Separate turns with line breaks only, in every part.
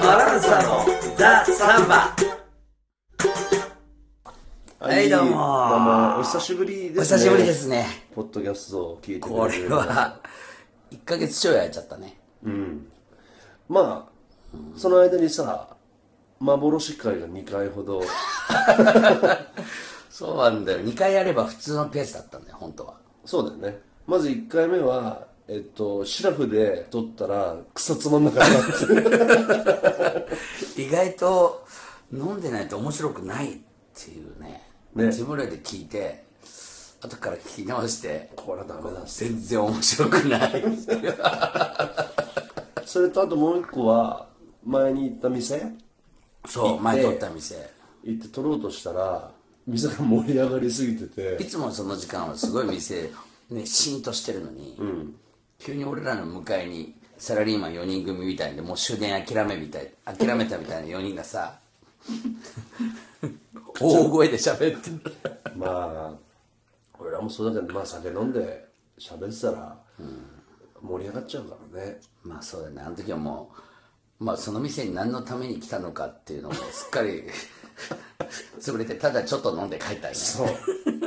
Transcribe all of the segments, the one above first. バランサのザ・サンバはいどうも
どうもお久しぶり
お
です、
久
ね。
しぶりで。すね
ポッドキャストを聞いてく
こ
れて
れ
る。
は1ヶ月ちょい空いちゃったね
まあ、その間にさ、幻会が2回ほど、
そうなんだよ2回やれば普通のペースだったんだよ本当は
そうだよね。まず1回目は、えっと、シラフで撮ったら草つまんなかった って。
意外と飲んでないと面白くないっていうね
ね
自分らで聞いて後から聞き直して
これはダメだ。
全然面白くない
それとあともう1個は、前に行った店
そう前撮った店
行って撮ろうとしたら、店が盛り上がりすぎて
い
て、
つもその時間はすごい店ねシーンとしてるのに、急に俺らの向かいにサラリーマン4人組みたいでもう終電諦めみたい諦めたみたいな4人がさ 大声で喋ってる
まあ、俺らもそうだけど、まあ酒飲んで喋ってたら、盛り上がっちゃうからね。
まあそうだねあの時はもう、まあ、その店に何のために来たのかっていうのもすっかり 潰れてただちょっと飲んで帰ったりね
そう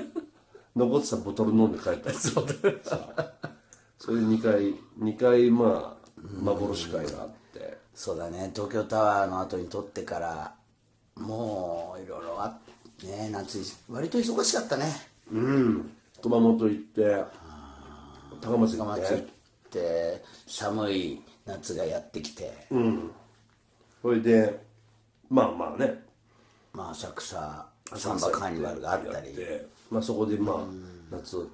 残ってたボトル飲んで帰った そうそれで2回2回まあ幻会があって
そうだね東京タワーの後に撮ってからもういろいろあってね夏い割と忙しかったね
うん熊本行って高松行
浜
っ
松行ってて寒い夏がやってきて、
それでまあまあね
まあ浅草サンバカーニバルがあったり
で、まあ、そこでまあ夏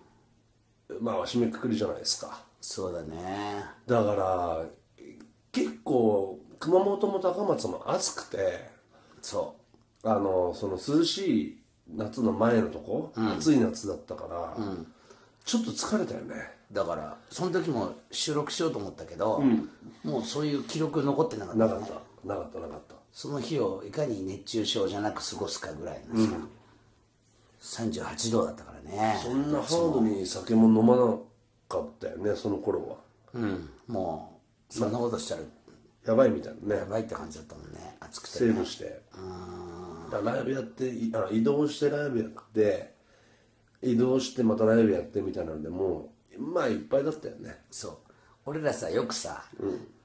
まあ締めくくりじゃないですか
そうだね
だから結構熊本も高松も暑くて
そ
あのその涼しい夏の前のとこ、暑い夏だったから、ちょっと疲れたよね
うだからその時も収録しようと思ったけど、もうそういう記録残ってなかった
な
ね
かったなかったなかった
その日をいかに熱中症じゃなく過ごすかぐらいのさ、38度だったからね
そんなハードに酒も飲まなかったよねその頃は
うんもうそんなことしたら
やばいみたいなね
やばいって感じだったもんね暑くて
セーブしてだからライブやっていあ移動してライブやって移動してまたライブやってみたいなのでもうまあいっぱいだったよね
そう俺らさよくさ、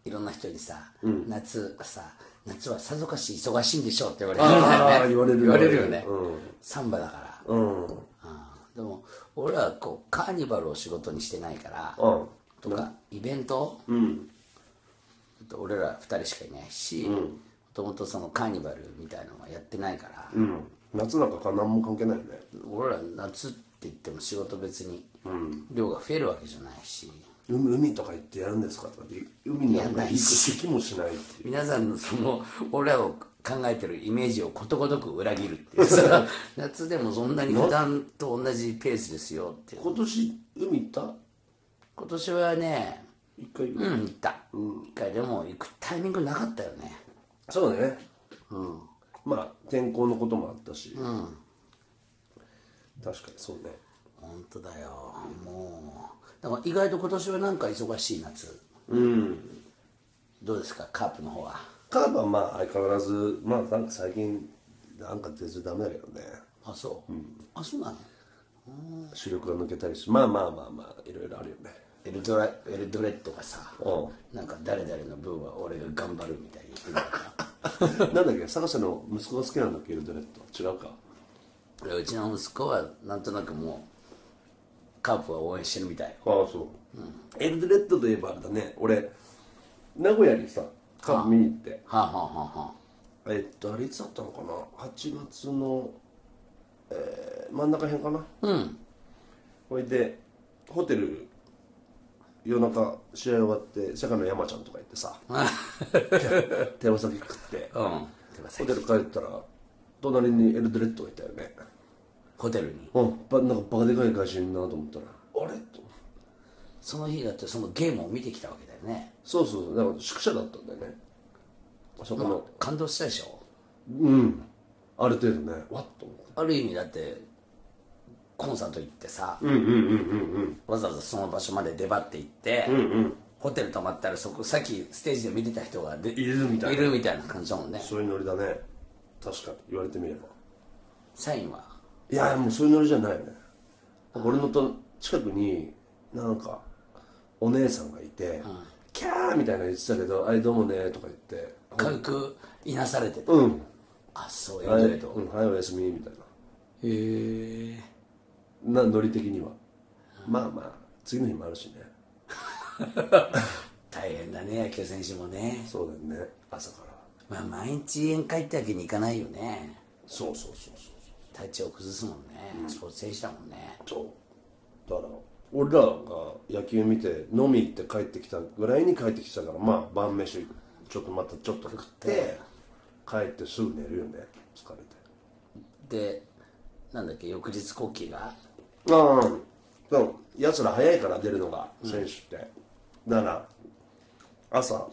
いろんな人にさ、夏さ夏はさぞかし忙しいんでしょうって言われるんだよね
あー言われる
言われるよね、
言われるう
サンバだから、
うん
うんでも俺らはこうカーニバルを仕事にしてないから、
うん
とかイベント、あと俺ら2人しかいないしもともとそのカーニバルみたいのはやってないから、
うん夏なんかか何も関係ないよね
俺ら夏って言っても仕事別に量が増えるわけじゃないし、
海海とか行ってやるんですかとかって海にあんまり行く席もしないっていう
皆さんのその 俺らを考えてるイメージをことごとく裏切るって いうさ夏でもそんなに普段と同じペースですよって
今年海行った
今年はね
一回、
うん行った、一回でも行くタイミングなかったよね
そうねうんまあ天候のこともあったし、確かにそうね
本当だよもうだから意外と今年はなんか忙しい夏うんどうですかカープの方は
カーブはまあ相変わらずまあなんか最近なんか全然ダメだけどね
あそう、あそうなの
主力が抜けたりしまあまあまあまあいろいろあるよね
エルドラエルドレッドがさ、
う
なんか誰々の分は俺が頑張るみたいに言ってるから
んなんだっけ坂下の息子が好きなんだっけエルドレッド違うか
いやうちの息子はなんとなくもうカープは応援してるみたい
ああそう、エルドレッドといえばあれだね俺名古屋にさカープ見に行って
はあはあはあは
えっとあれいつだったのかな8月の、えー真ん中辺かなうんほいでホテル夜中試合終わって社会の山ちゃんとか行って さ手羽先食って
あうん手羽
ホ
先
テル帰ったら隣にエルドレッドがいたよね
ホテルに
うんばなんかバカでかい会社いるなと思ったらあれと
その日だってそのゲームを見てきたわけだよね
そうそうそうだから宿舎だったんだよねそこの、
感動したでしょ
うんある程度ねわっと思って
ある意味だってコンサート行ってさ、
うんうんうんうん
わざわざその場所まで出張って行って、
うんうんうん
ホテル泊まったらそこさっきステージで見てた人がで
いるみたい
い
な
るみたいな感じだもんね
そういうノリだね確かに言われてみれば
サインはい
やもうそういうノリじゃないよねなんか俺のと近くになんかお姉さんがいて、キャーみたいなの言ってたけど「あいどうもね」とか言って
軽くいなされてて、
うん
あそう
はい、
エンジェルと
うん、はいおやすみみたい
へえ
ななノリ的にはまあまあ次の日もあるしね
大変だね野球選手もね
そうだよね朝から
まあ毎日宴会ってわけにいかないよね
そうそうそうそう
体調崩すもんね、スポーツ選手だもんね
そうだから俺らが野球見て飲み行って帰ってきたぐらいに帰ってきてたからまあ晩飯ちょっとまたちょっと食って帰ってすぐ寝るよね疲れて
でなんだっけ翌日コッキーが
ああでもやつら早いから出るのが選手って、だから朝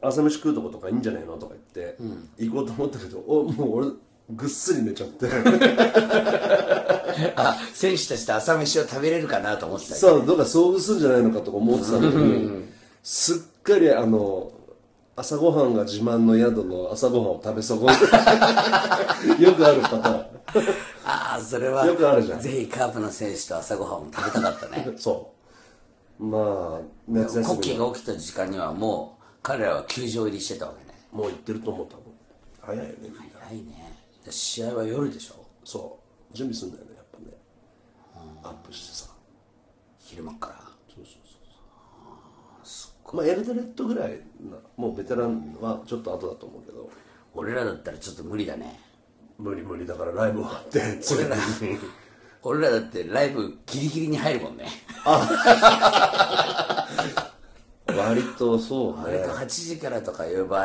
朝飯食うとことかいいんじゃないのとか言って、行こうと思ったけどおもう俺ぐっすり寝ちゃって
あ選手として朝飯を食べれるかなと思ってたけど
さあどうか遭遇するんじゃないのかとか思ってたのにすっかりあの朝ごはんが自慢の宿の朝ごはんを食べ損ねてよくあるパターン
ああそれは
よくあるじゃん
ぜひカープの選手と朝ごはんを食べたかった ね
そうまあ夏
コ
休
ッキ
み
ーが起きた時間にはもう彼らは球場入りしてたわけね
もう行ってると思う多分早いよねみんな
早いねで試合は夜でしょ
そう準備するんだよねやっぱねアップしてさ
昼間から
そうそうそうまあエルドレッドぐらいなもうベテランはちょっと後だと思うけど
俺らだったらちょっと無理だね
無理無理だからライブ終わって すぐに
俺らだってライブギリギリに入るもんね
割とそうね
割と8時からとかいう場合、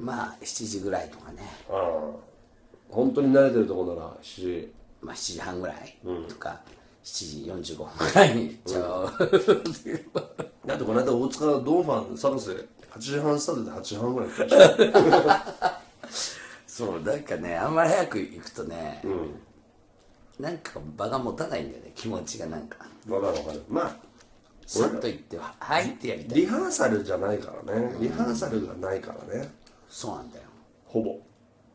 まあ7時ぐらいとかね
うん本当に慣れてるとこならし
まあ7時半ぐらいとか、7時45分ぐらいにちょ うど
だってこの間大塚ドンファンサロスで8時半スタートで8時半ぐらい来ました
そうなんかねあんまり早く行くとね、なんか場が持たないんだよね気持ちがなんか
わかるわかるまあ
さっと行っては入ってやりたい
リハーサルじゃないからねリハーサルがないからね
そうなんだよ
ほぼ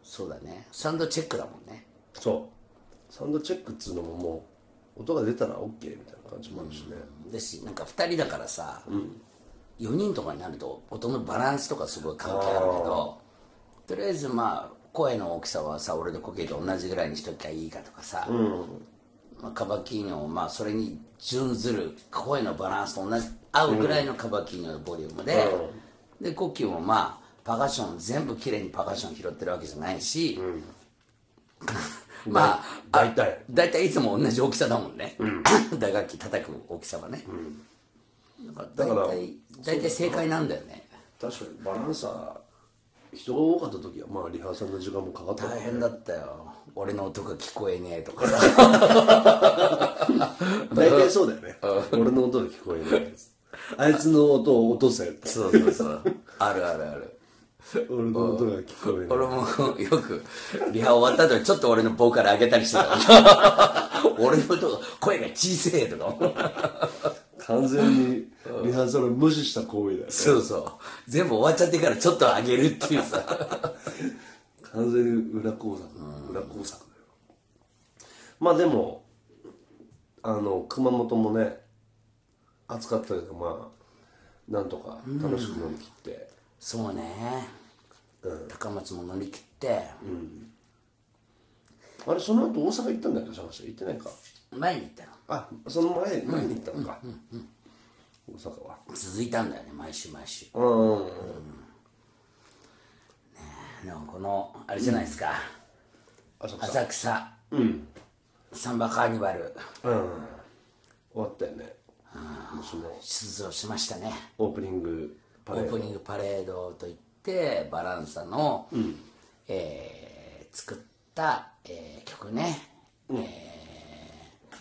そうだねサウンドチェックだもんね
そうサウンドチェックっつうのももう音が出たら OK みたいな感じもあるしね、
だしなんか2人だからさ、4人とかになると音のバランスとかすごい関係あるけどとりあえずまあ声の大きさはさ俺のコケと同じぐらいにしときゃいいかとかさ、まあ、カバキーニョをまあそれに準ずる声のバランスと同じ合うぐらいのカバキーニョのボリュームで、でコッキーもまあパーカッション全部綺麗にパーカッション拾ってるわけじゃないし、 まあ
大体
大体いつも同じ大きさだもんね、 打楽器叩く大きさはね、だから大体大体正解なんだよね
確かにバランサー人が多かった時はまあリハーサルの時間もかかった
大変だったよ俺の音が聞こえねえとか
大体そうだよね俺の音が聞こえないあいつの音を落とせ
そうそうそう あるあるある
俺の音が聞こえない
俺もよくリハ終わった後にちょっと俺のボーカル上げたりしてた 俺の音が声が小せえとか思う
完全にリハーサルを無視した行為だよね
そうそう全部終わっちゃってからちょっと上げるっていう さ
完全に裏工作裏工作だよまあでもあの熊本もね暑かったけどまあなんとか楽しく乗り切って、
そうね、高松も乗り切って、
あれその後大阪行ったんだっけ探して行ってないか
前に行ったの
あその前前に行ったのか、大阪は
続いたんだよね毎週毎週
うんうんうん
でもこのあれじゃないですか、
浅草
浅草、サンバカーニバル
終わったよねもしも
出場しましたね
オープニングパ
オ
レ
ー
ー
プ
ド
ニングパレードといってバランサの、えー作った、えー曲ね、えー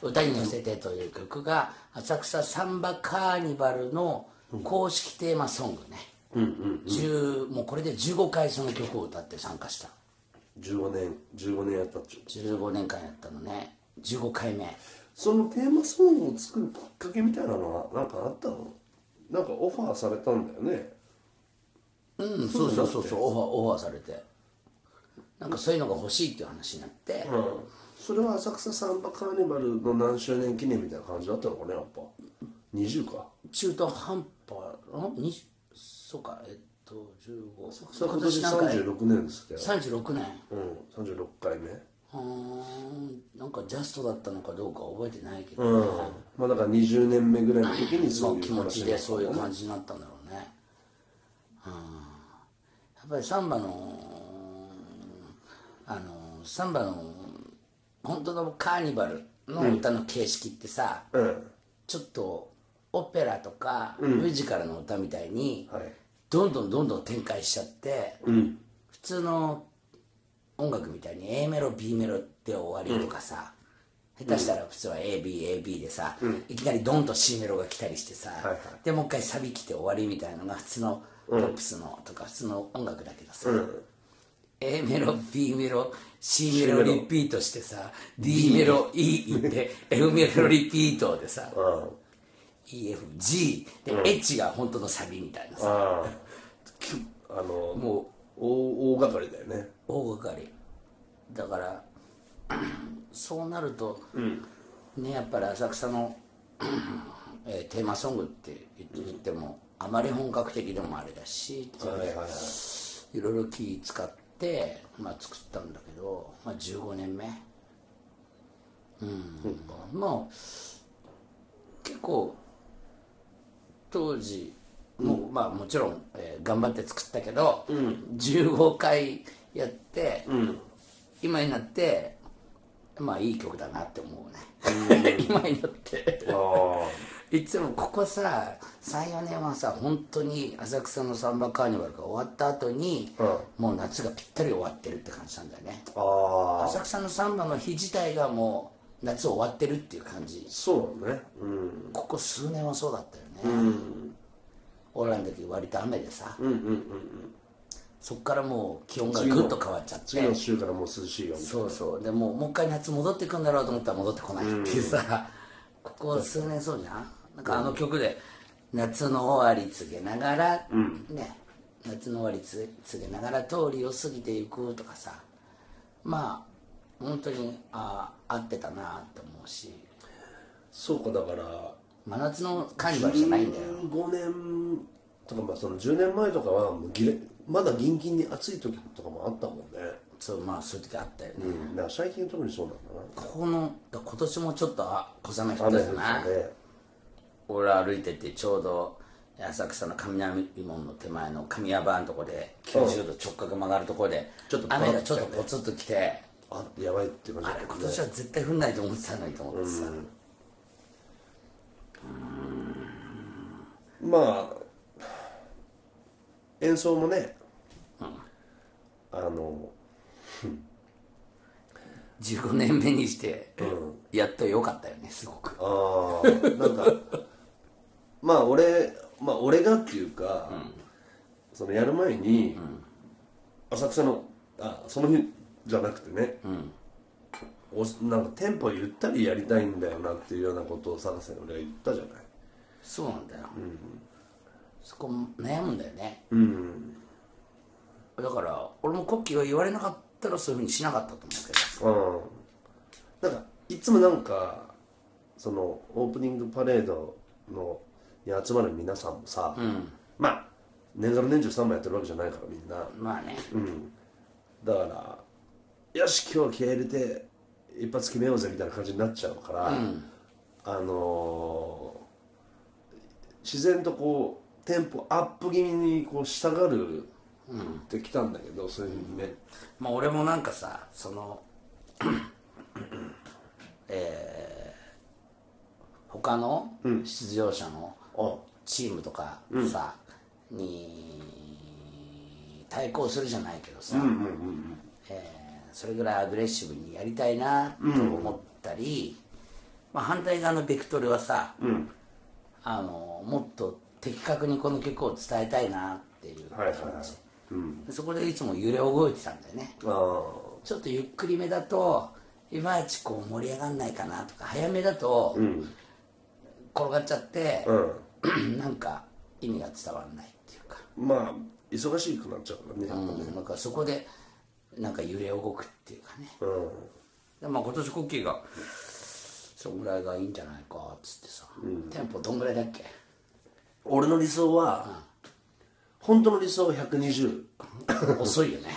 歌に乗せて」という曲が浅草サンバカーニバルの公式テーマソングね、10もうこれで15回その曲を歌って参加した
15年15年やったっちゅう
15年間やったのね15回目
そのテーマソングを作るきっかけみたいなのはなんかあったのなんかオファーされたんだよね
うんそうそうそうそうオファーオファーされてなんかそういうのが欲しいっていう話になって、
うんそれは浅草サンバカーニバルの何周年記念みたいな感じだったのかねやっぱ20か
中途半端ん20そうかえっと15
それは今年
なんか
36年ですけど
36年
うん36回目
うーんなんかジャストだったのかどうか覚えてないけど、
うんまあだから20年目ぐらいの時にそ
そうう
いう
気持ち
話
で
が
そういう感じになったんだろうね、うん、やっぱりサンバのあのサンバの本当のカーニバルの歌の形式ってさ、
うん
ちょっとオペラとかミュージカルの歌みたいに、
はい
どんどんどんどん展開しちゃって、
うん
普通の音楽みたいに A メロ B メロって終わりとかさ、下手したら普通は ABAB でさ、いきなりドンと C メロが来たりしてさ、
はいはい
でもう一回サビ来て終わりみたいなのが普通のポップスのとか普通の音楽だけどさ、A メロ B メロ C メロリピートしてさ D メロ E 行って F メロリピートでさ
あ
EFG で、H が本当のサビみたいなさ
あああの
もう
大大掛かりだよね
大掛かりだから そうなると、ねやっぱり浅草の、 えーテーマソングって言って言っても、あまり本格的でもあれだしっていうので
はい
いろいろ気使って、まあ、作ったんだけど、まあ、15年目うんまあ結構当時も,、うまあ、もちろん、えー頑張って作ったけど、15回やって、今になってまあいい曲だなって思うね、 今になって
あ
いつもここさ34年はさ本当に浅草のサンバカーニバルが終わった後に、
う
もう夏がぴったり終わってるって感じなんだよね
あああ
浅草のサンバの日自体がもう夏終わってるっていう感じ
そうだねうん
ここ数年はそうだったよね、俺らの時割と雨でさ、
うんうんうん
そっからもう気温がぐっと変わっちゃって
次の週からもう涼しいよみたいな
そうそうでもうもう一回夏戻ってくんだろうと思ったら戻ってこないっていうさ、ここ数年そうじゃんなんかあの曲で「夏の終わり告げながら」ね夏の終わりつ告げながら通りを過ぎていくとかさまあ本当にああ合ってたなって思うし
そうかだから
真夏のカーニバルじゃないんだよ
15年とかまあその10年前とかはもうギレまだギンギンに暑い時とかもあったもんね、
そうまあそういう時あったよね、
うん、だから最近特にそうなんだな
ここの今年もちょっとあ小雨降っ
雨
た
降
じゃ
る
ない
とね
俺歩いててちょうど浅草の雷門の手前の神谷バーのとこで90度直角曲がるところで
ちょっと
雨がちょっとポツッと来て
あやばいっていう感
あ
じ
れ
だ
今
ったね
年は絶対降んないと思ってたのにと思ってさ
まあ演奏もね、あの
15年目にしてやっと良かったよねすごく
あーなんかまあ俺まあ俺がっていうか、そのやる前に、浅草のあその日じゃなくてね、おなんかテンポゆったりやりたいんだよなっていうようなことを探せ俺は言ったじゃない
そうなんだよそこ悩むんだよね
うん
だから俺もコッキーが言われなかったらそういうふうにしなかったと思うけど
うんなんかいつもなんかそのオープニングパレードのに集まる皆さんもさ、まあ年がら年中サンバやってるわけじゃないからみんな、
まあね
だからよし今日気合い入れて一発決めようぜみたいな感じになっちゃうから、あのー自然とこうテンポアップ気味にこう従るってきたんだけど、そういうふうにね、
まあ俺もなんかさそのえー他の出場者の
あ
チームとかさ、に対抗するじゃないけどさ、えーそれぐらいアグレッシブにやりたいなと思ったり、まあ、反対側のベクトルはさ、あのもっと的確にこの曲を伝えたいなっていう
はいはいはい
感じそこでいつも揺れ動いてたんだよね
あー
ちょっとゆっくりめだといまいちこう盛り上がんないかなとか早めだと、転がっちゃって、 なんか意味が伝わらないっていうか、
まあ忙しくなっちゃうからねやっぱね
うんなんかそこでなんか揺れ動くっていうかね
うん、
でまあ今年コッキーがそんぐらいがいいんじゃないかっつってさ、テンポどんぐらいだ っけ
俺の理想は、本当の理想は120
遅いよね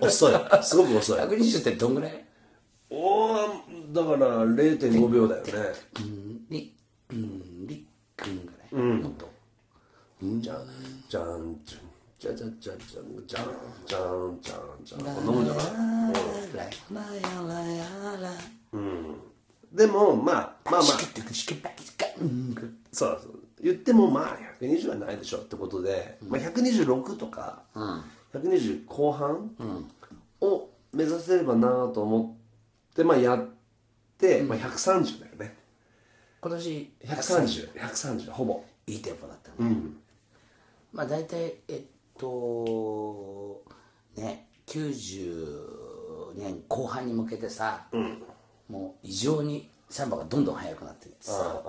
遅いすごく遅い
120ってどんぐらい
おーだから0.5秒だよね
うんりうんりくんぐらい、もっと
じゃんじゃんじゃんじゃんじゃんじゃんじゃんじゃんじゃんじゃんじゃん飲むんじゃない
ぐらいラヤラヤラ
でもまあまあまあ
チキッてくチキッパキチカうんぐらい
そうそう言ってもまあ120はないでしょってことで、まあ、126とか、120後半を目指せればなと思って、まあ、やって、まあ、130だよね
今年
130130 130ほぼ
いいテンポだったね、まあ大体えっとね90年後半に向けてさ、もう異常にサンバがどんどん速くなってってさ、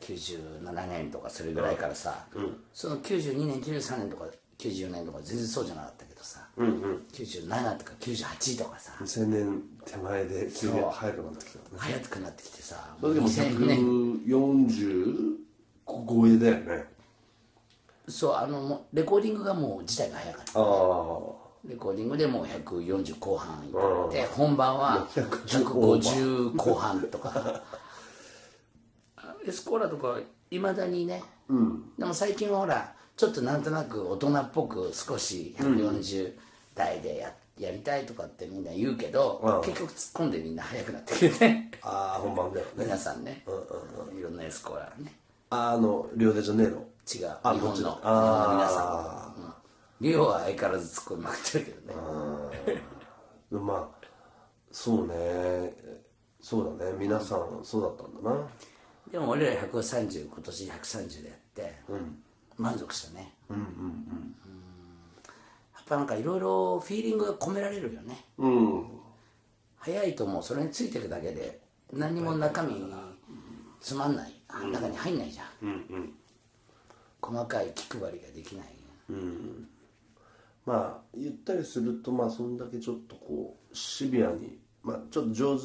97年とかそれぐらいからさ、その92年93年とか94年とか全然そうじゃなかったけどさ、97とか98とかさ
2000年手前で急に早くなってきたね
速くなってきてさ
それでも
2000年
140超えだよね
そうあのもうレコーディングがもう自体が速かった
ああ
レコーディングでもう140後半いって本番は150後半とか エスコーラとかいまだにね、でも最近はほらちょっとなんとなく大人っぽく少し140代でや,、やりたいとかってみんな言うけど、結局突っ込んでみんな早くなってくる ね
ああ本番だよね
皆さんね、いろんなエスコーラね
あのリオデジャネイロ
違う日
あ
本の
こっ
日本
ちだ
の皆
あ
さん、うんリオは相変わらず突っ込みまくってるけどね
でもまあそうねそうだね皆さんそうだったんだな
でも俺ら130今年130でやって、満足したねうんうんうんやっぱなんかいろいろフィーリングが込められるよね
うん
早いともうそれについてるだけで何にも中身つまんない、あ中に入んないじゃん、細かい気配りができない、
まあ言ったりするとまあそんだけちょっとこうシビアにまあちょっと上手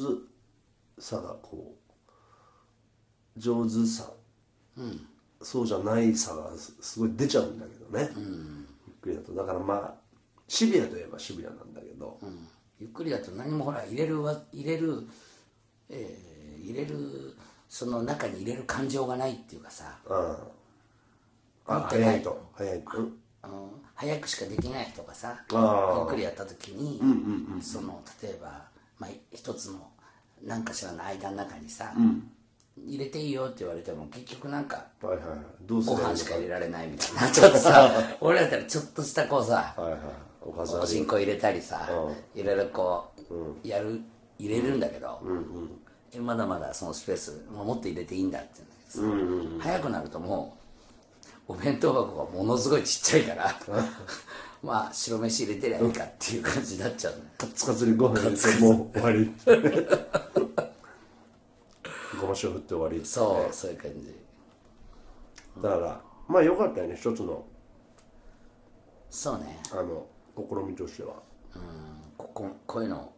さがこう上手さ、そうじゃないさがすすごい出ちゃうんだけどね、ゆっくりだとだからまあシビアといえばシビアなんだけど、
うんゆっくりだと何もほら入れるわ入れる、えー入れるその中に入れる感情がないっていうかさ
ああ
持ってない
早いと早いと、うん
あの早くしかできない人がさゆ
あー
っくりやった時に、その例えば、まあ、一つの何かしらの間の中にさ、入れていいよって言われても結局なんか
はいはいはいどうす
ご
ればいい
飯
の
し
か
か入れられないみたいなちょっと さ俺らだったらちょっとしたこうさ
はいはいおかず
おしんこ入れたりさいろいろこうやる入れるんだけど、えまだまだそのスペースもうもっと入れていいんだって言うんだけどさ、早くなるともうお弁当箱がものすごいちっちゃいから まあ白飯入れてりゃいいかっていう感じになっちゃうね
カツカツにご飯入れてもう終わ りごま塩振って終わり
そうそういう感じ
だからまあ良かったよね一つの
そうね
あの試みとしては
こここういうの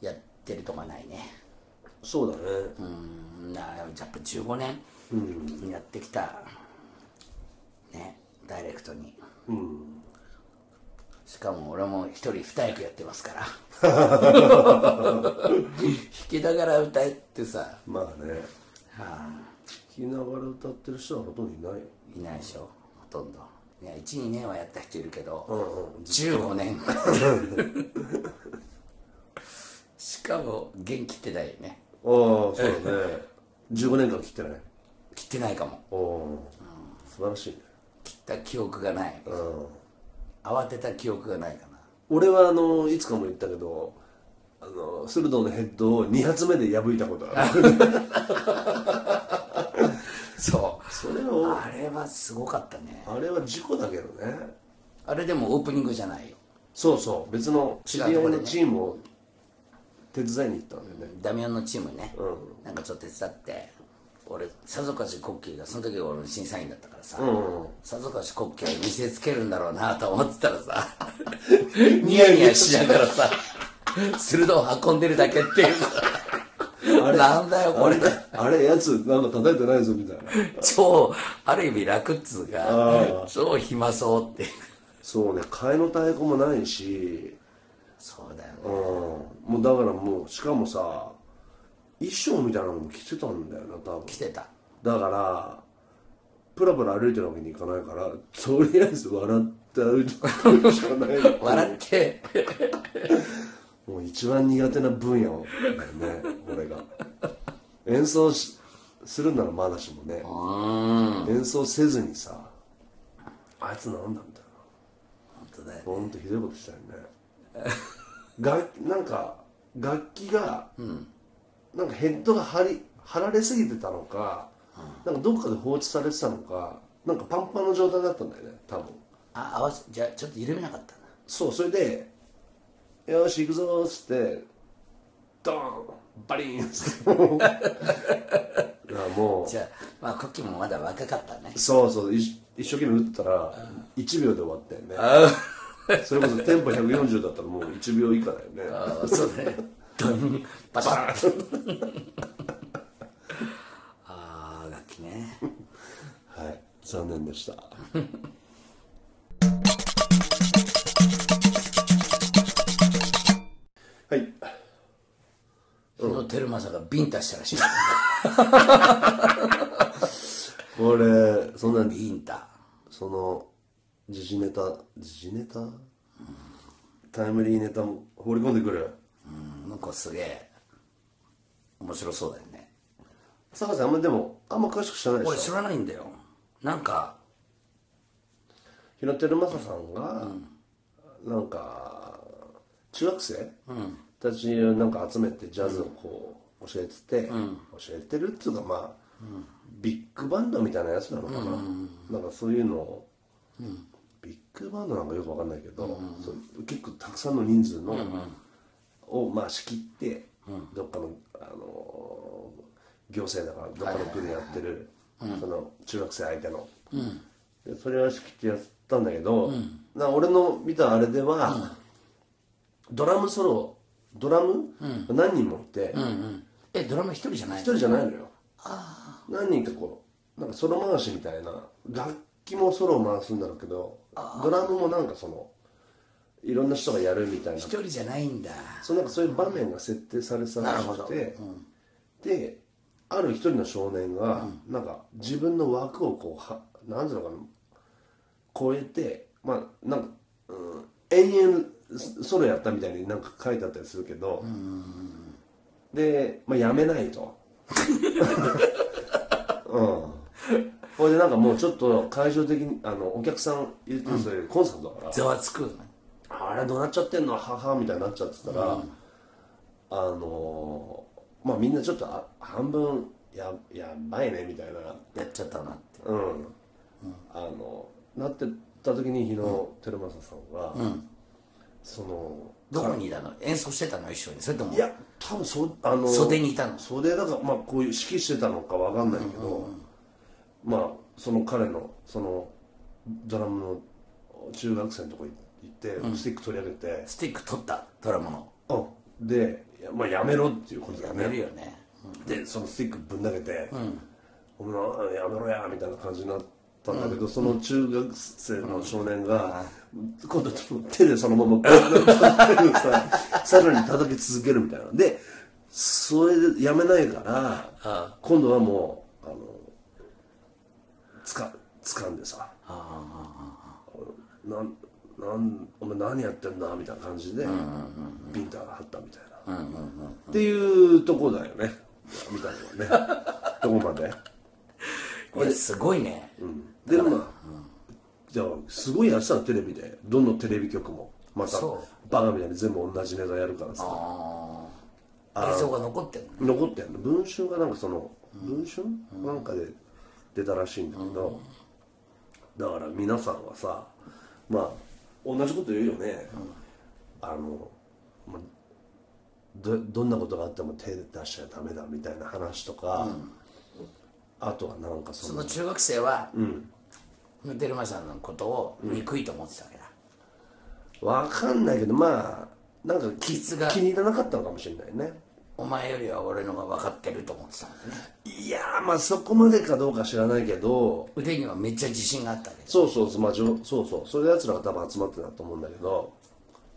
やってるとかないね
そうだね、
うんなやっぱ15年やってきた、ねダイレクトに、しかも俺も一人二役やってますから弾きながら歌えってさ
まあね聴きながら歌ってる人はほとんどいないよ
いないでしょほとんどいや12年はやった人いるけど、
ん
15年しかも弦切ってないよね
ああそうだね15年間切ってない
切ってないかも
おお、素晴らしいね
切った記憶がない、慌てた記憶がないかな
俺はあのいつかも言ったけどあの鋭のヘッドを2発目で破いたことある
そう
それを
あれはすごかったね
あれは事故だけどね
あれでもオープニングじゃないよ
そうそう別の知り合いのチームを手伝いに行ったんだよね、
ダミアンのチームね、
う
なんかちょっと手伝って俺さぞかしコッキーがその時俺の審査員だったからさ、
んうん
さぞかしコッキーは見せつけるんだろうなと思ってたらさ ニヤニヤしながらさ鋭を運んでるだけっていうさなんだよこれ
あれやつなんか叩いてないぞみたいな
超ある意味楽っつうか超暇そうっていう
そうね替えの太鼓もないし
そうだよね
うんもうだからもうしかもさ衣装みたいなのも着てたんだよな多分
来てた
だからプラプラ歩いてるわけにいかないからとりあえず笑って歩いてくるしか ない
笑って
もう一番苦手な分野をだよね俺が演奏しするならまだしもね演奏せずにさあいつなんだみたいな
本当だよ
ほんとひどいことしたよね楽なんか楽器が、なんかヘッドが張り張られすぎてたのか、なんかどっかで放置されてたのかなんかパンパンの状態だったんだよね多分
あ合わせじゃあちょっと緩めなかったな
そうそれで「よし行くぞ」っつってドーンバリーンっつってだからも
じゃあまあコッキーもまだ若かったね
うそうそう一一生懸命打ったら1秒で終わったよねそれこそテンポ140だったらもう1秒以下だよね
ああそうだねドンバシャンああ楽器ね
はい残念でした はい
日野テルマさんがビンタしたらしい
これそんな
ビンタ
その時事ネタ時事ネタタイムリーネタも放り込んでくる
うん向こうすげえ面白そうだよね
坂井さんあんまでもあんま詳しく知らないで
俺
し
知
ょ
らないんだよなんか
日野照正さんが、なんか中学生、たちをなんか集めてジャズをこう教えてて、教えてるっていうかまあ、ビッグバンドみたいなやつなのかな、なんかそういうのを、ビッグバンドなんかよくわかんないけど、そう結構たくさんの人数の、をまあ仕切って、どっかの、あのー行政だからどっかの国でやってる、その中学生相手の、でそれは仕切ってやったんだけど、な俺の見たあれでは、ドラムソロドラム、何人もいて
うんうんえドラマ一人じゃない
一、人じゃないのよ何人かこうなんかソロ回しみたいな楽器もソロを回すんだろうけどドラムもなんかそのいろんな人がやるみたいな
一人じゃないんだ
そうなんかそういう場面が設定されてたらしくて、である一人の少年が、なんか自分の枠をこうはなんていうのかな超えてまあなんか、うん、延々ソソロやったみたいになんか書いてあったりするけど、で、まあ、やめないと。 うん、これでなんかもうちょっと会場的にあのお客さん入れてるそういうコンサートだから、
ざわつく
あれどうなっちゃってんの母みたいになっちゃってたら、あのーまあみんなちょっとあ半分ややばいねみたいな
やっちゃったなって
うん、あのなってた時に日野照正さんが、その
どこにいたの演奏してたの一緒にそれとも
いや多分そあの
袖にいたの
袖だからまあこういう指揮してたのかわかんないけど、まあその彼のそのドラムの中学生のとこ行って、スティック取り上げて
スティック取ったドラマの
うん、で、いやまあ、やめろっていうことだ
や
よ
め
ね
るよね
でそのスティックぶん投げて「お前らやめろや」みたいな感じになったんだけど、その中学生の少年が、今度手でそのままぶん投げてささらに叩き続けるみたいなでそれでやめないから今度はもうあのつか掴んでさなんなんお前何やってんだみたいな感じでビンタが張ったみたいな、っていうとこだよねみたいなねどこまで
これすごいね、
でまあ、じゃあすごいやってたのテレビでどのテレビ局もまた
そ
バカみたいに全部同じネタやるからさ
ああ映像が残ってるの
残ってんの文春がなんかその文春、なんかで出たらしいんだけど、だから皆さんはさまあ同じこと言うよね、あの、まあ、どどんなことがあっても手出しちゃダメだみたいな話とか、あとはなんかそ
そ
の
の中学生は、テルマさんのことを憎いと思ってたわけだ、
わかんないけどまあなんか気
質が
気に入らなかったのかもしれないね
お前よりは俺のが分かってると思ってたもんだね
いやーまあそこまでかどうか知らないけど
腕にはめっちゃ自信があったわけど
そうそうそう、まあ、じょそうそうそれでやつらが多分集まってたと思うんだけど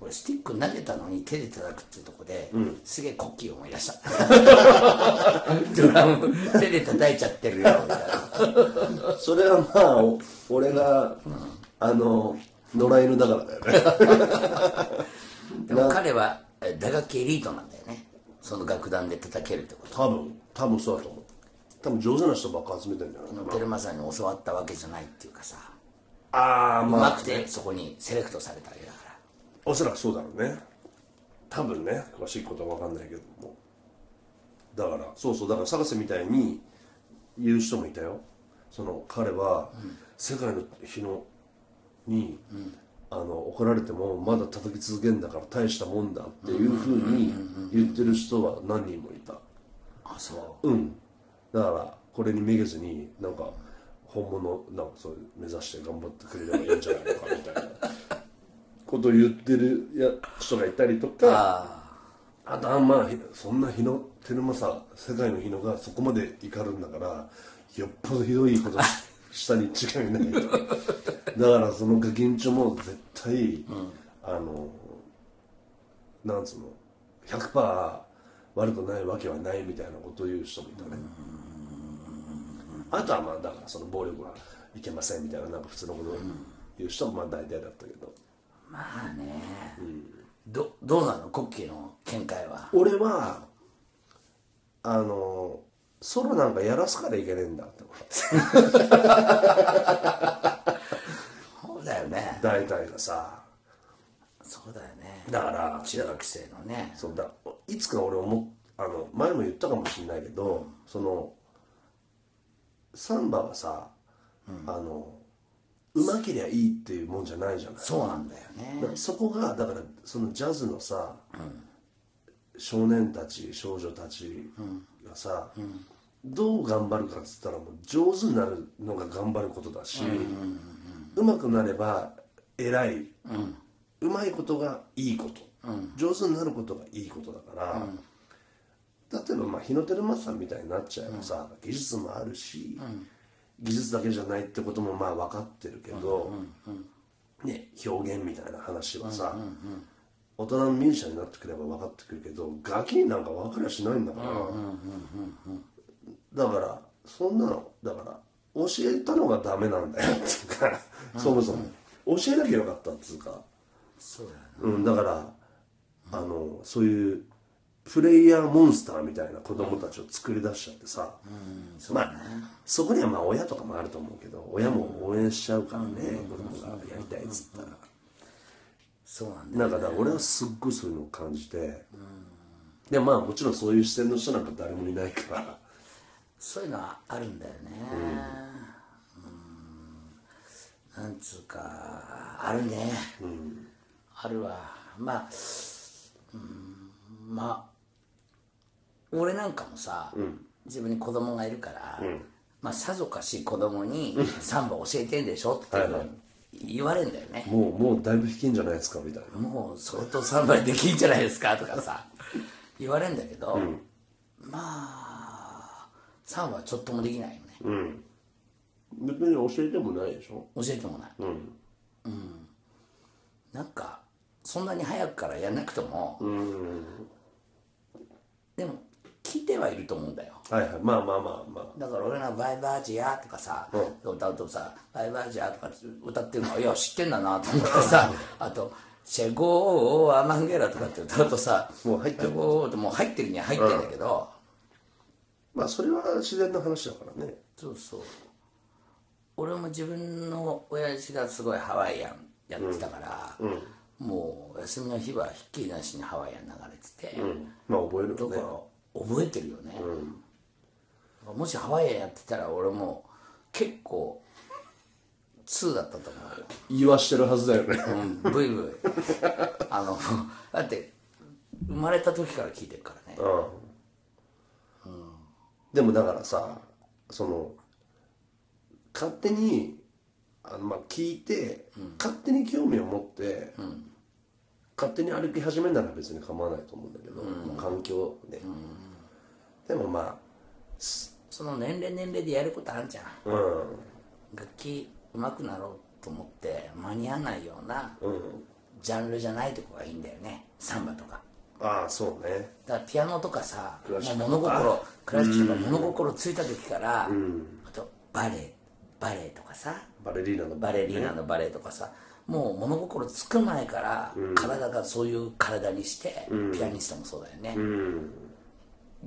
俺スティック投げたのに手で叩くっていうとこで、すげえコッキー思い出した ドラム手で叩いちゃってるよみたいな
それはまあお俺が、あの野良犬だからだよね
でも彼はえ打楽器エリートなんだよねその楽団で叩けるってこと
多分多分そうだと思う多分上手な人ばっか集めてんじゃないかな
テルマさんに教わったわけじゃないっていうかさ
ああ
う
ま
ま
あ
くてそこにセレクトされたわけだから
おそらくそうだろうね多分ね詳しいことは分かんないけどもだからそうそうだから探せみたいに言う人もいたよその彼は世界の日のに、あの怒られてもまだ叩き続けんだから大したもんだっていうふうに言ってる人は何人もいた
あそ
うんだからこれにめげずになんか本物なんかそういう目指して頑張ってくれればいいんじゃないのかみたいなことを言ってるや人がいたりと
う
か
あ
あとあんまそんな日のテルマさ世界の日のがそこまで怒るんだからよっぽどひどいことしたに違いないとだからそのガキンチョも絶対、あのなんつうの100%悪くないわけはないみたいなことを言う人もいたね、あとはまあだからその暴力はいけませんみたいななんか普通のことを言う人もまあ大体だったけど、
あまあね、どどうなのコッキーの見解は
俺はあのソロなんかやらすからいけねえんだって思って
そうだよね
大体がさ
そうだよね
だから
中学生のね
そうだいつか俺思っあの前も言ったかもしれないけど、そのサンバはさ、あのうまけりゃいいっていうもんじゃないじゃない
そうなんだよ
だ
ね
からそこがだからそのジャズのさ、少年たち少女たちがさ、どう頑張るかっつったらもう上手になるのが頑張ることだし、うまくなれば偉い、うまいことがいいこと、上手になることがいいことだから、例えばまあ日の照正さんみたいになっちゃえばさ、技術もあるし、技術だけじゃないってこともまあ分かってるけど、ね、表現みたいな話はさ、大人のミュージシャンになってくれば分かってくるけどガキになんか分かりゃしないんだから、だからそんなのだから教えたのがダメなんだよっていうか、そもそも、教えなきゃよかったっていうか、
そうだよね
うん、だからあのそういうプレイヤーモンスターみたいな子供たちを作り出しちゃってさ、まあそこにはまあ親とかもあると思うけど親も応援しちゃうからね、子供がやりたいっつったら。
そうなんだよ
なんかだから俺はすっごいそういうのを感じて、でまあもちろんそういう視点の人なんか誰もいないから
そういうのはあるんだよねうんなんつうかあるね、あるわまあうんまあ俺なんかもさ、自分に子供がいるから、まあさぞかし子供にサンバ教えてんでしょっていうの
はいはい
言われるんだよね、
もうもうだいぶ引きんじゃないですかみたいな
もう相当3倍できんじゃないですかとかさ言われるんだけど、まあ3はちょっともできないよね
別に教えてもないでしょ
教えてもないうん、なんかそんなに早くからやんなくても、でも聞いてはいると思うんだよ
はいはいまあまあまあま
だから俺ら「バイバージア」とかさ、歌うとさ「バイバージア」とか歌ってるのいや知ってんだなと思ってさあと「チェゴーオーアマンゲラ」とかって歌うとさ
もう入ってる
チェゴーオーってもう入ってるには入ってるんだけど、
あまあそれは自然な話だからね
そうそう俺も自分の親父がすごいハワイアンやってたから、もう休みの日はひっきりなしにハワイアン流れてて、
まあ覚える
だ
よ
か
ね
ら覚えてるよね、もしハワイアンやってたら俺も結構2だったと思うよ
言わしてるはずだよね
うんブイブイあのだって生まれた時から聞いてるからね
うんでもだからさその勝手にあのまあ聞いて、勝手に興味を持って、勝手に歩き始めるなら別に構わないと思うんだけど、まあ環境で、でもま
その年齢年齢でやることあるじゃん
あうん
楽器上手くなろうと思って間に合わないようなジャンルじゃないとこがいいんだよねサンバとか
ああそうね
だからピアノとかさ
クラシック
もう物心クラシックとか物心ついた時から、あとバレエバレエとかさ
バレリーナの
バレリーナのバレエとかさ、もう物心つく前から体がそういう体にして、ピアニストもそうだよね、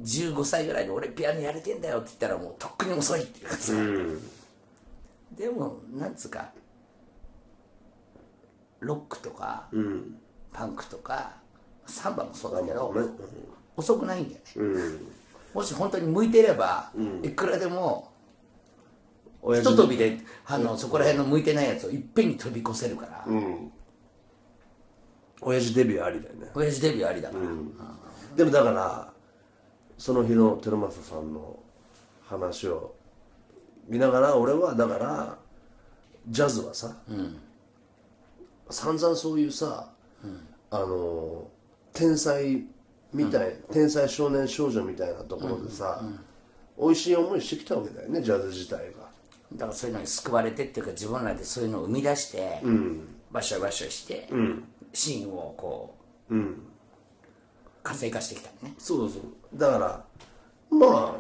15歳ぐらいで俺ピアノやれてんだよって言ったらもうとっくに遅いっていうかさ、でもなんつうかロックとか、パンクとかサンバもそうだけど、
ね
遅くないんだよね、もし本当に向いてれば、いくらでも
親
ひ
父
と飛びであの、そこら辺の向いてないやつをいっぺんに飛び越せるから、
親父デビューありだよね
親父デビューありだから、
でもだからその日のテルマサさんの話を見ながら俺はだからジャズはさ、散々そういうさ、あの天才みたい、天才少年少女みたいなところでさ、美味しい思いしてきたわけだよねジャズ自体が
だからそういうのに救われてっていうか自分らでそういうのを生み出して、バシャバシャして、シーンをこう、活性化してきたのね
そうそうだからまあ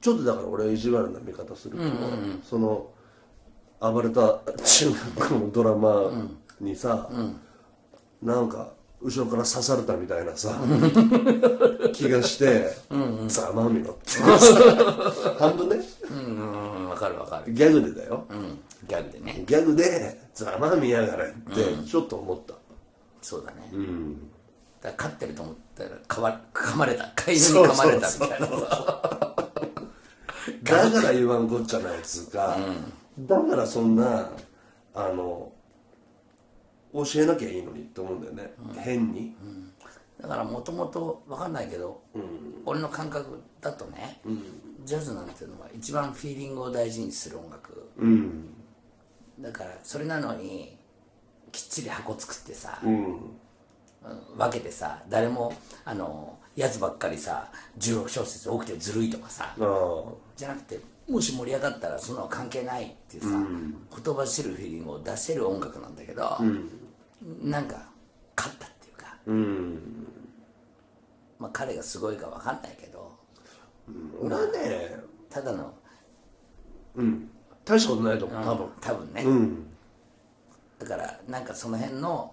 ちょっとだから俺は意地悪な見方するけど、その暴れた中学校のドラマにさ、なんか後ろから刺されたみたいな さ気がしてざまあみろってさ半分ね
うんうんわかるわかる
ギャグでだよ、
うんギャグでね
ギャグでざまあみやがれってちょっと思った、
そうだね、だから勝ってると思ったらかわ噛まれた飼い犬に噛まれたみたいな
だから言わんこっちゃないっつうか、だからそんなあの教えなきゃいいのにって思うんだよね、変に、
だからもともと分かんないけど、俺の感覚だとね、ジャズなんていうのは一番フィーリングを大事にする音楽、だからそれなのにきっちり箱作ってさ、うん分けてさ誰もあのやつばっかりさ16小節多くてずるいとかさ、
ああ
じゃなくてもし盛り上がったらそんなの関係ないっていうさ、言葉知るフィーリングを出せる音楽なんだけど、なんか勝ったっていうか、まあ彼がすごいか分かんないけど
俺はね
ただの
大したことないと思う多分、
多分ね、だからなんかその辺の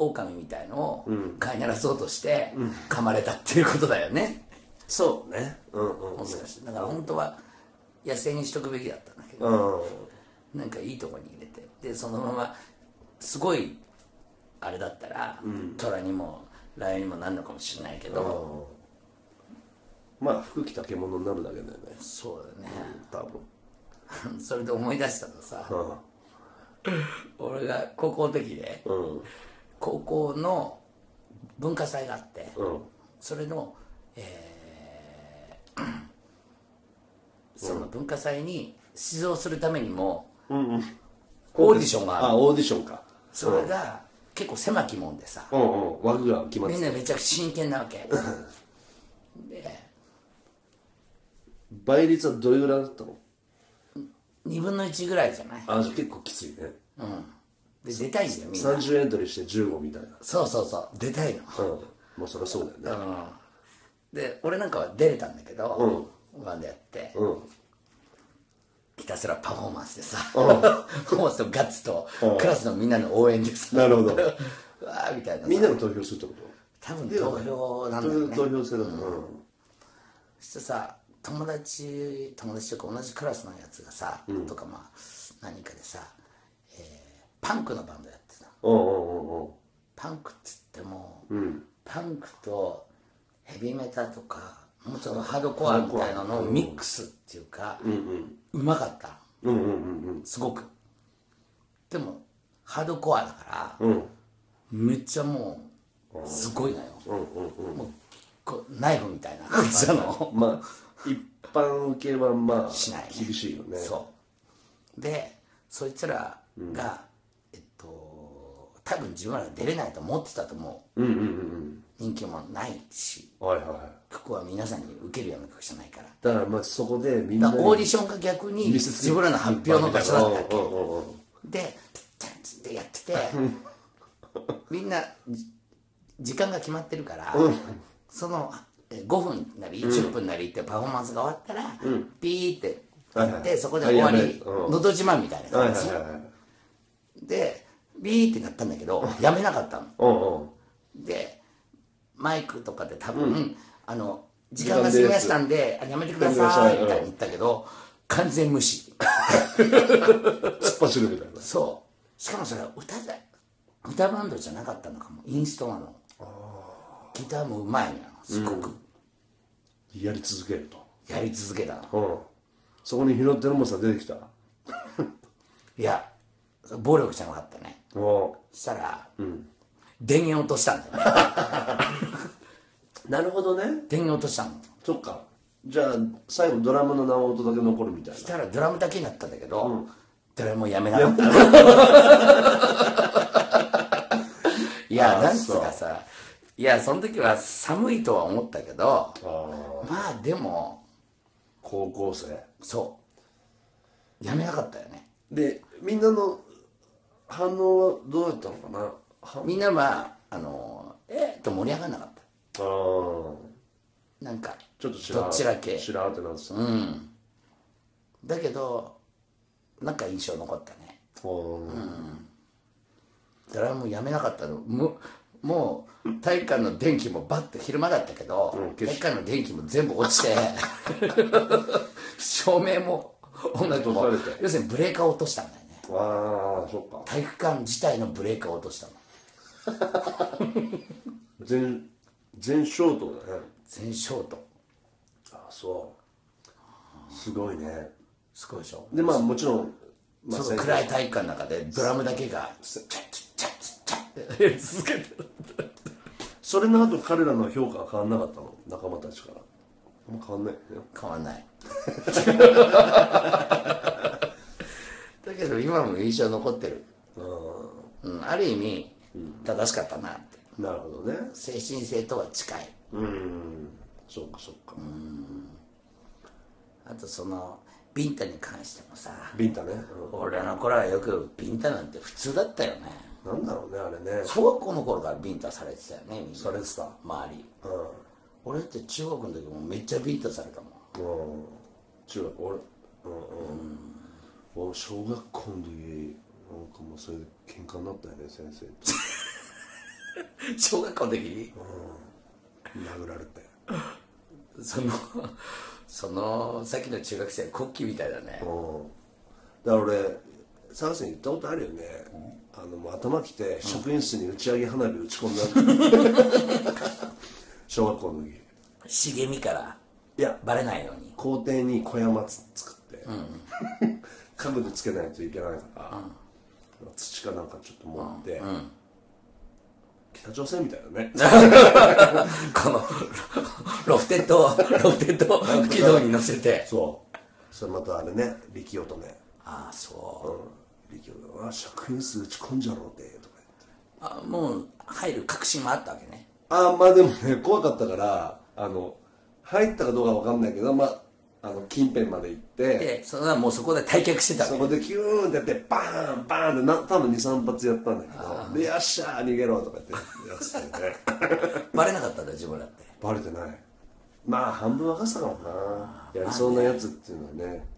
狼みたいのを飼いならそうとして噛まれたっていうことだよね、
そうねうんうん
もしかしてだから本当は野生にしとくべきだったんだけど、
うん
なんかいいとこに入れてでそのまますごいあれだったら、虎にもライオンにもなるのかもしれないけど、
まあ服着た獣になるだけだよね
そうだね、
多分
それで思い出したのさ、
うん
俺が高校の時で、
うん
高校の文化祭があって、
うん
それの、えー その文化祭に出場するためにも、オーディションがある
あオーディションか
それが結構狭きもんでさ、
うんうん枠が決まっ
み
て
ん
た
なめちゃくちゃ真剣なわけで
倍率はどれぐらいだったの
2分の1ぐらいじゃない
あじゃあ結構きついね
で出たいんだよみんな
30エントリーして15みたいな
そうそうそう出たいの
うんまあそりゃそうだよね
で俺なんかは出れたんだけど、バンドやって、
うん
ひたすらパフォーマンスでさ、 パフォーマンスとガッツと、クラスのみんなの応援でさ、
なるほど
うわーみたいなさ
みんなが投票するってこ
多分投票なんだよ
と
ね
投票制だと思う
そしてさ友達友達とか同じクラスのやつがさ、とかまあ何人かでさ、えーパンクのバンドやってた
うんうんうんうん
パンクっつっても、パンクとヘビメタとかもうちょっとハードコアみたいなのをミックスっていうか、うまかった
うんうんうん
すごくでもハードコアだから、
うん
めっちゃもうすごいのよ
うんうんうん
もうこうナイフみたいな感じなの
まあ一般受けはまあ
しないね
厳しいよね
そうでそいつらが、えっと多分自分ら出れないと思ってたと思う
うんうんうん
人気もないし
うんはいはい
曲は皆さんに受けるような曲じゃないから
だからまあそこでみんな
だ
に
からオーディションが逆に
見せつけ
自分らの発表の場所だったっけ
うんうんうんうん
で「チャンツ」ってやって てみんなじ時間が決まってるから、そのえ5分なり10分なりってパフォーマンスが終わったら、ピーってやって、
はいはい
そこで終わり
あやべえうん
のど自慢みたいな
は
感
いはい
じ、
はいはい
でビーってなったんだけどやめなかったの
うんうん
でマイクとかで多分、あの時間が過ぎましたんであやめてくださいみたいに言ったけど、完全無視
突っ走るみたいな
そうしかもそれは歌だ歌バンドじゃなかったのかもインストなのギターもうまいのよすごく、
やり続けると
やり続けたの
うんそこに拾ってるもんさ出てきた
いや暴力じゃなかったね
お
そしたら、電源落としたんだよね
なるほどね
電源落としたの
そっかじゃあ最後ドラムの生音だけ残るみたい
そしたらドラムだけになったんだけど、ドラムもやめなかった いや
あー
なんつうかさいやその時は寒いとは思ったけど
なああ
まあでも
高校生
そうやめなかったよね
でみんなの反応はどうだったのかなは
みんなはあのえっと盛り上がんなかっ
あー
たなんか
ちょっと白
どっちらけ
白ってなってた、
だけどなんか印象残ったね
うん、
ドラムもやめなかったのももう体育館の電気もバッて昼間だったけど、
うん
体育館の電気も全部落 ちて照明も音楽も
落とされて
要するにブレーカーを落としたんだよね
ああそっか
体育館自体のブレーカーを落としたの
全全消灯だね
全ショート
ああそうすごいね
すごいでしょ
でまあもちろん、まあ、
そ
先
の
生
暗い体育館の中でドラムだけがチャッチャッチャッチャッチャッって やり続けてる
それの後彼らの評価は変わんなかったの仲間たちからあんま変わんないよね
変わんない だけど今も印象残ってる、うん、ある意味正しかったなって
なるほどね
精神性とは近い
うんそっかそっか
あとそのビンタに関してもさ
ビンタね、
俺の頃はよくビンタなんて普通だったよね
うん、なんだろうねあれね
小学校の頃からビンタされてたよねみんな
されてた
周り
うん
俺って中学の時もめっちゃビンタされたもん
うん中学俺うんうん俺小学校の時なんかもうそれで喧嘩になったよね先生と
小学校の時に
殴られて
そのそのさっきの中学生国旗みたいだね
うんだから俺探すに言ったことあるよね、あのもう頭きて職員室に打ち上げ花火打ち込んだ小学校の時
茂みから
いや
バレないように
校庭に小山つ作って、 家具でつけないといけないから、土かなんかちょっと持って、北朝鮮みたい なね
このロフテッドをロフテッドを軌道に乗せて
そうそれまたあれね力夫とね、
ああ
う
そ
ん、力夫があ「職員数打ち込んじゃろうで」とか言って
うあもう入る確信もあったわけね
あーまあでもね怖かったからあの入ったかどうかわかんないけどまああの近辺まで行って
でそれはもうそこで退却してた
そ
わけ
こでキューンってやってバーンバーンってな多分23発やったんだけど「でよっしゃー逃げろ」とか言ってや っててね
バレなかったんだ自分だって
バレてないまあ半分分かってたかもなやりそうなやつっていうのはね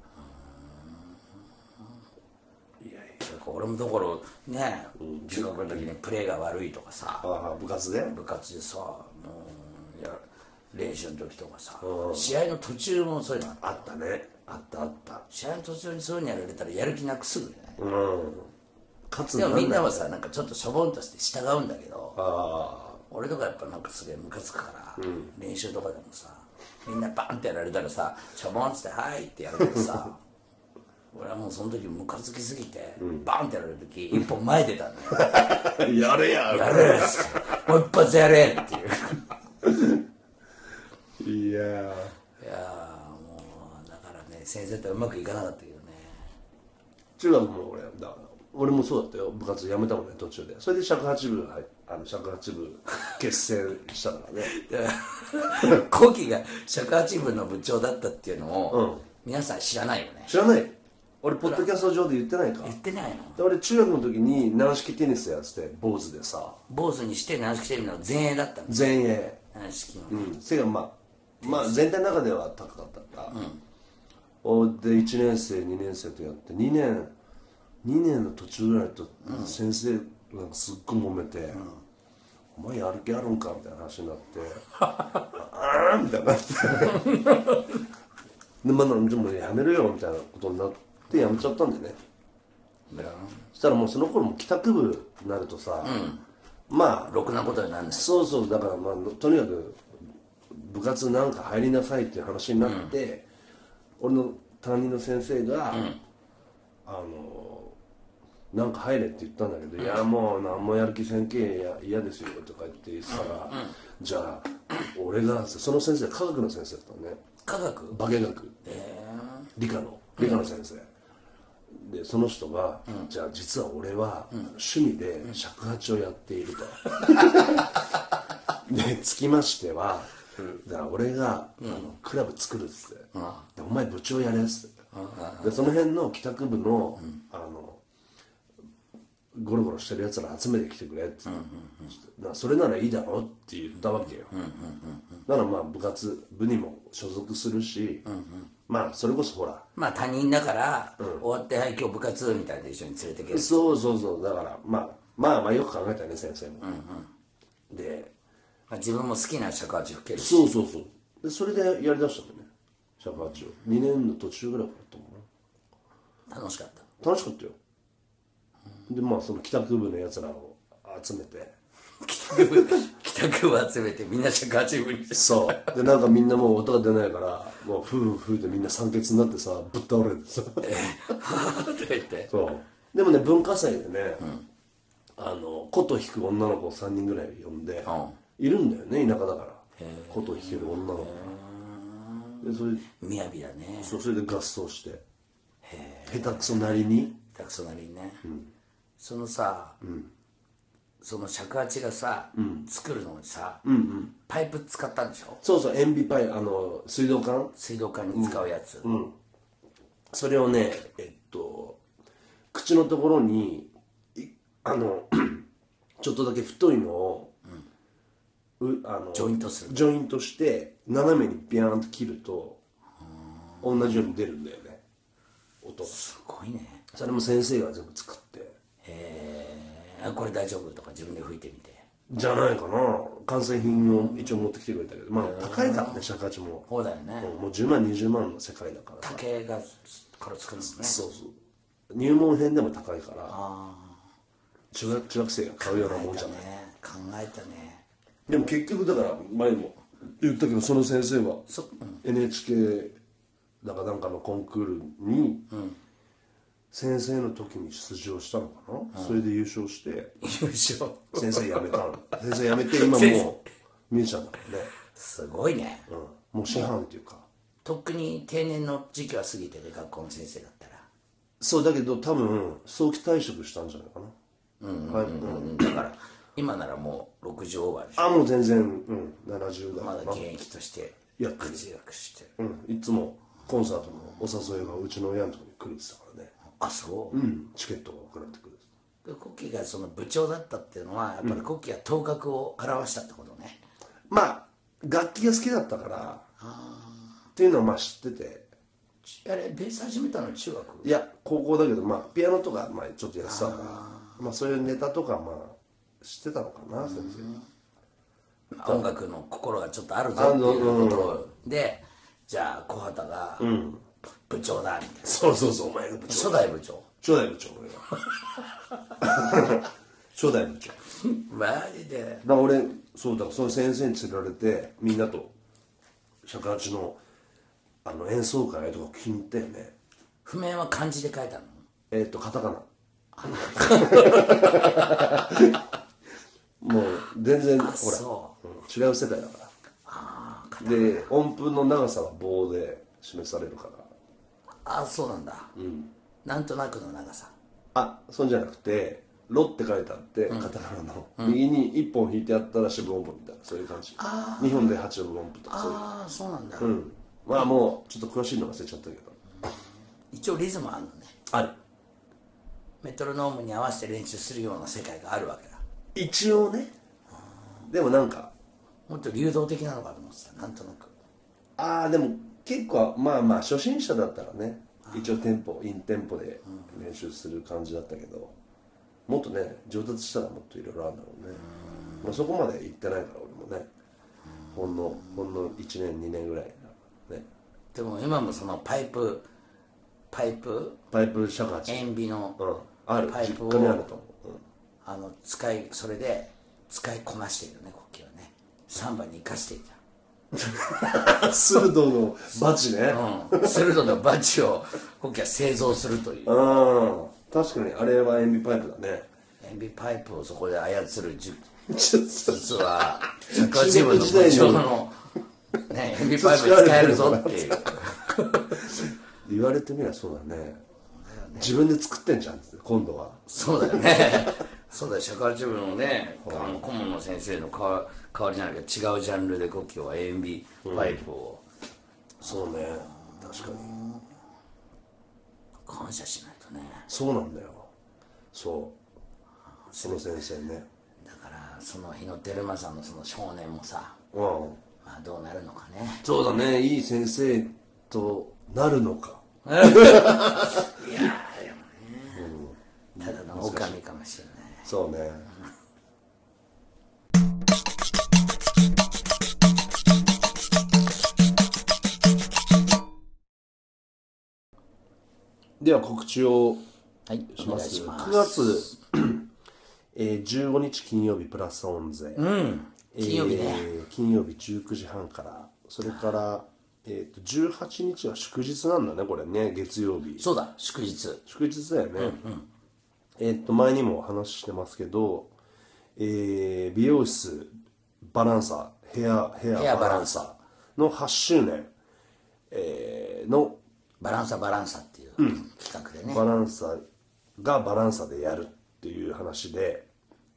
俺もだからね中学の時にプレーが悪いとかさ
ああ部活で
部活でさもういや練習の時とかさ試合の途中もそういうのあった
あったねあったあった
試合の途中にそういうのやられたらやる気なくすぐね
うん勝つ
でもみん
だ
なはさなんかちょっとしょぼんとして従うんだけど
あ
俺とかやっぱなんかすげえムカつくから、練習とかでも さみんなバンってやられたらさしょぼんっつって「はい」ってやるけどさ俺はもうその時ムカつきすぎて、バンってやられる時一歩前出たんだよ
やれや
やれっすもう一発やれって いう
いや
いやー
ー
もうだからね先生とはうまくいかなかったけどね
中学も俺だから俺もそうだったよ部活辞めたもんね途中でそれで尺八部入っあの尺八部結成したか らね
コキが尺八部の部長だったっていうのを、
うん
皆さん知らないよね
知らない俺ポッドキャスト上で言ってないか
言ってないの
で俺中学の時に軟式テニスやってて坊主でさ
坊主にして軟式テレビの前衛だったんです
前衛
軟式の、
うん背がまあまあ全体の中では高かったから、で1年生2年生とやって2年2年の途中ぐらいと先生なんかすっごい揉めて、お前やる気あるんかみたいな話になってあーみたいになってでまだでもやめるよみたいなことになってやめちゃったんだよね
ブラウン
そしたらもうその頃も帰宅部になるとさ、まあ
ろくなことにならない
そうそうだからまあとにかく部活なんか入りなさいっていう話になって、俺の担任の先生が、あのなんか入れって言ったんだけど「いやもう何もやる気せんけえや嫌ですよ」とか言って言ってたら、じゃあ俺がその先生科学の先生だったのね
科学
化学理科の理科の先生、でその人が、じゃあ実は俺は趣味で尺八をやっていると、でつきましては、だから俺が、あのクラブ作るっつって、でお前部長やれっつって、でその辺の帰宅部の、あのゴロゴロしてるやつら集めてきてくれっつって、だからそれならいいだろって言ったわけよ、だからまあ部活部にも所属するし、まあそれこそほら
まあ他人だから、終わってはい今日部活みたいなの一緒に連れてける
そうそうそうだからまあまあまあよく考えたね先生も、で
まあ、自分も好きな尺八吹けるし
そうそうそうでそれでやりだしたんだよね尺八を2年の途中ぐらいだったもん
楽しかった
な楽しかったよでまあその帰宅部のやつらを集めて
帰宅を集めてみんな尺八部にして
そうでなんかみんなもう音が出ないからもうフーフーってみんな酸欠になってさぶっ倒れてさ
って言って
そうでもね文化祭でね、あの琴弾く女の子を3人ぐらい呼んで、いるんだよね田舎だから琴弾ける女の子でそれ
雅だね
そうそれで合奏して下手くそなりに
たくそなりにね、そのさ、その尺八がさ、作るのにさ、パイプ使ったんでしょ
そうそう塩ビパイあの水道管
水道管に使うやつ、
それをねえっと口のところにいあの ちょっとだけ太いのを、うあの
ジョイントする
ジョイントして斜めにビャーンと切ると同じように出るんだよね音が
すごいね
それも先生が全部作って
えー、あこれ大丈夫とか自分で吹いてみて
じゃないかな完成品を一応持ってきてくれたけどまあ高いからね尺八も
そうだよね、
もう10万20万の世界だから
竹がから作るんですね
そうそう入門編でも高いから中学中学生が買うようなもんじゃない
ね考えたね
でも結局だから前も言ったけどその先生は NHK だかなんかのコンクールに先生の時に出場したのかな、それで優勝して
優勝
先生辞めた の先生辞めて今
先
もうミュージシャンだからね、
すごいね
うん、もう師範っていうか
とっくに定年の時期は過ぎてる学校の先生だったら
そうだけど多分早期退職したんじゃないかな、はいうんだから
今ならもう60オーバーでしょ
あもう全然、うん、70代
まだ現役として
やってる
活躍してる
うん、いつもコンサートのお誘いがうちの親のとこに来るって言ってたからね、
あそう、
うん、チケットが送られてくる
でコッキーがその部長だったっていうのはやっぱりコッキーが頭角を表したってことね、
まあ楽器が好きだったからっていうのはまあ知ってて
ちあれベース始めたの中学
いや高校だけどまあピアノとかまあちょっとやってたからまあそういうネタとかまあ知ってたのかな先生
音楽の心がちょっとあるぞっていうことをでじゃあ小畑が部長だみたいな
そうそうそうお前が部
初代部長
初代部長俺が初代部長
マジで
だから俺そうだからその先生に連れられてみんなと尺八のあの演奏会とか聞いてね
譜面は漢字で書いたの
えーっとカタ カナもう全然ほら
そ
うん違う世界だからで音符の長さは棒で示されるから
あそうなんだ、なんとなくの長さ
あそんじゃなくて「ロ」って書いてあって、カタカナの、右に1本引いてあったら四分音符みたいなそういう感じ2本で8分音符とかそういう
ああそうなんだ、
うんまあもうちょっと詳しいの忘れちゃったけど
一応リズムあるのね
ある
メトロノームに合わせて練習するような世界があるわけだ
一応ねでもなんか
もっと流動的なのかと思ってたなんとなく
ああでも結構まあまあ初心者だったらね一応テンポインテンポで練習する感じだったけどもっとね上達したらもっといろいろあるんだろうねまあ、そこまで行ってないから俺もねほんのほんの1年2年ぐらいなね
でも今もそのパイプパイプ
パイプ尺八
塩ビの
うんある
パイ
実
プを
家にあると思う、うん
あの使いそれで使いこなしているね国旗はねサンバに生かしていた
鋭のバチね
うん、鋭のバチを今回は製造するという
うん確かにあれは塩ビパイプだ ね
塩ビパイプをそこで操るじゅ
ちょっと
実 はサッカーチームの部長の、 ね、塩ビパイプ使えるぞっていう
言われてみりゃそうだね自分で作ってんじゃんって今度は
そうだよねそうだよ社会チームのねあの顧問の先生の代わ代わりじゃないけど違うジャンルで国旗は塩ビパイプを
そうね確かに
感謝しないとね
そうなんだよそうその先生ね
だからその日のテルマさんのその少年もさ
うん
まあどうなるのかね
そうだねいい先生となるのか
ただの狼かもしれない
そうねでは告知を
はい
し
お
ま
願い
す
します
9月、えー、15日金曜日プラスオンゼ、
金曜日ね、
えー金曜日19時半からそれから、えー、と18日は祝日なんだねこれね月曜日
そうだ祝日
祝日だよね、えー、と前にも話してますけど、えー美容室バランサーヘアヘ
ヘ
ア
ア
バ
バ
ラ
ラ
ン
ン
サーの8周年、えーの
バランサバランサっていう企画でね、
バランサーがバランサーでやるっていう話で、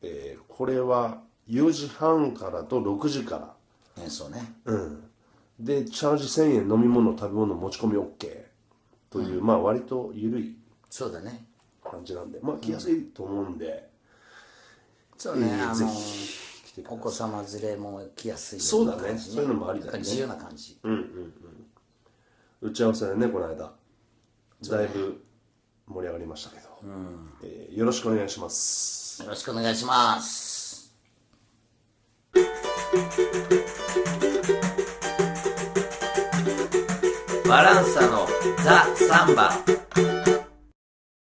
えーこれは4時半からと6時から
演奏ね
うん、でチャージ1000円飲み物食べ物持ち込み OK という、まあ割と緩い
そうだね
感じなんでまあ来やすいと思うんで、
そうね、
えー
あ
ぜ
の
ひ来てくださ
お
い
子様連れも来やすい
そうだ
よな
ね
感じ
そういうのもありだね
なんか自由な感じ、
打ち合わせでねこの間だいぶ盛り上がりましたけど、えーよろしくお願いします
よろしくお願いしますバランサのザ・サンバ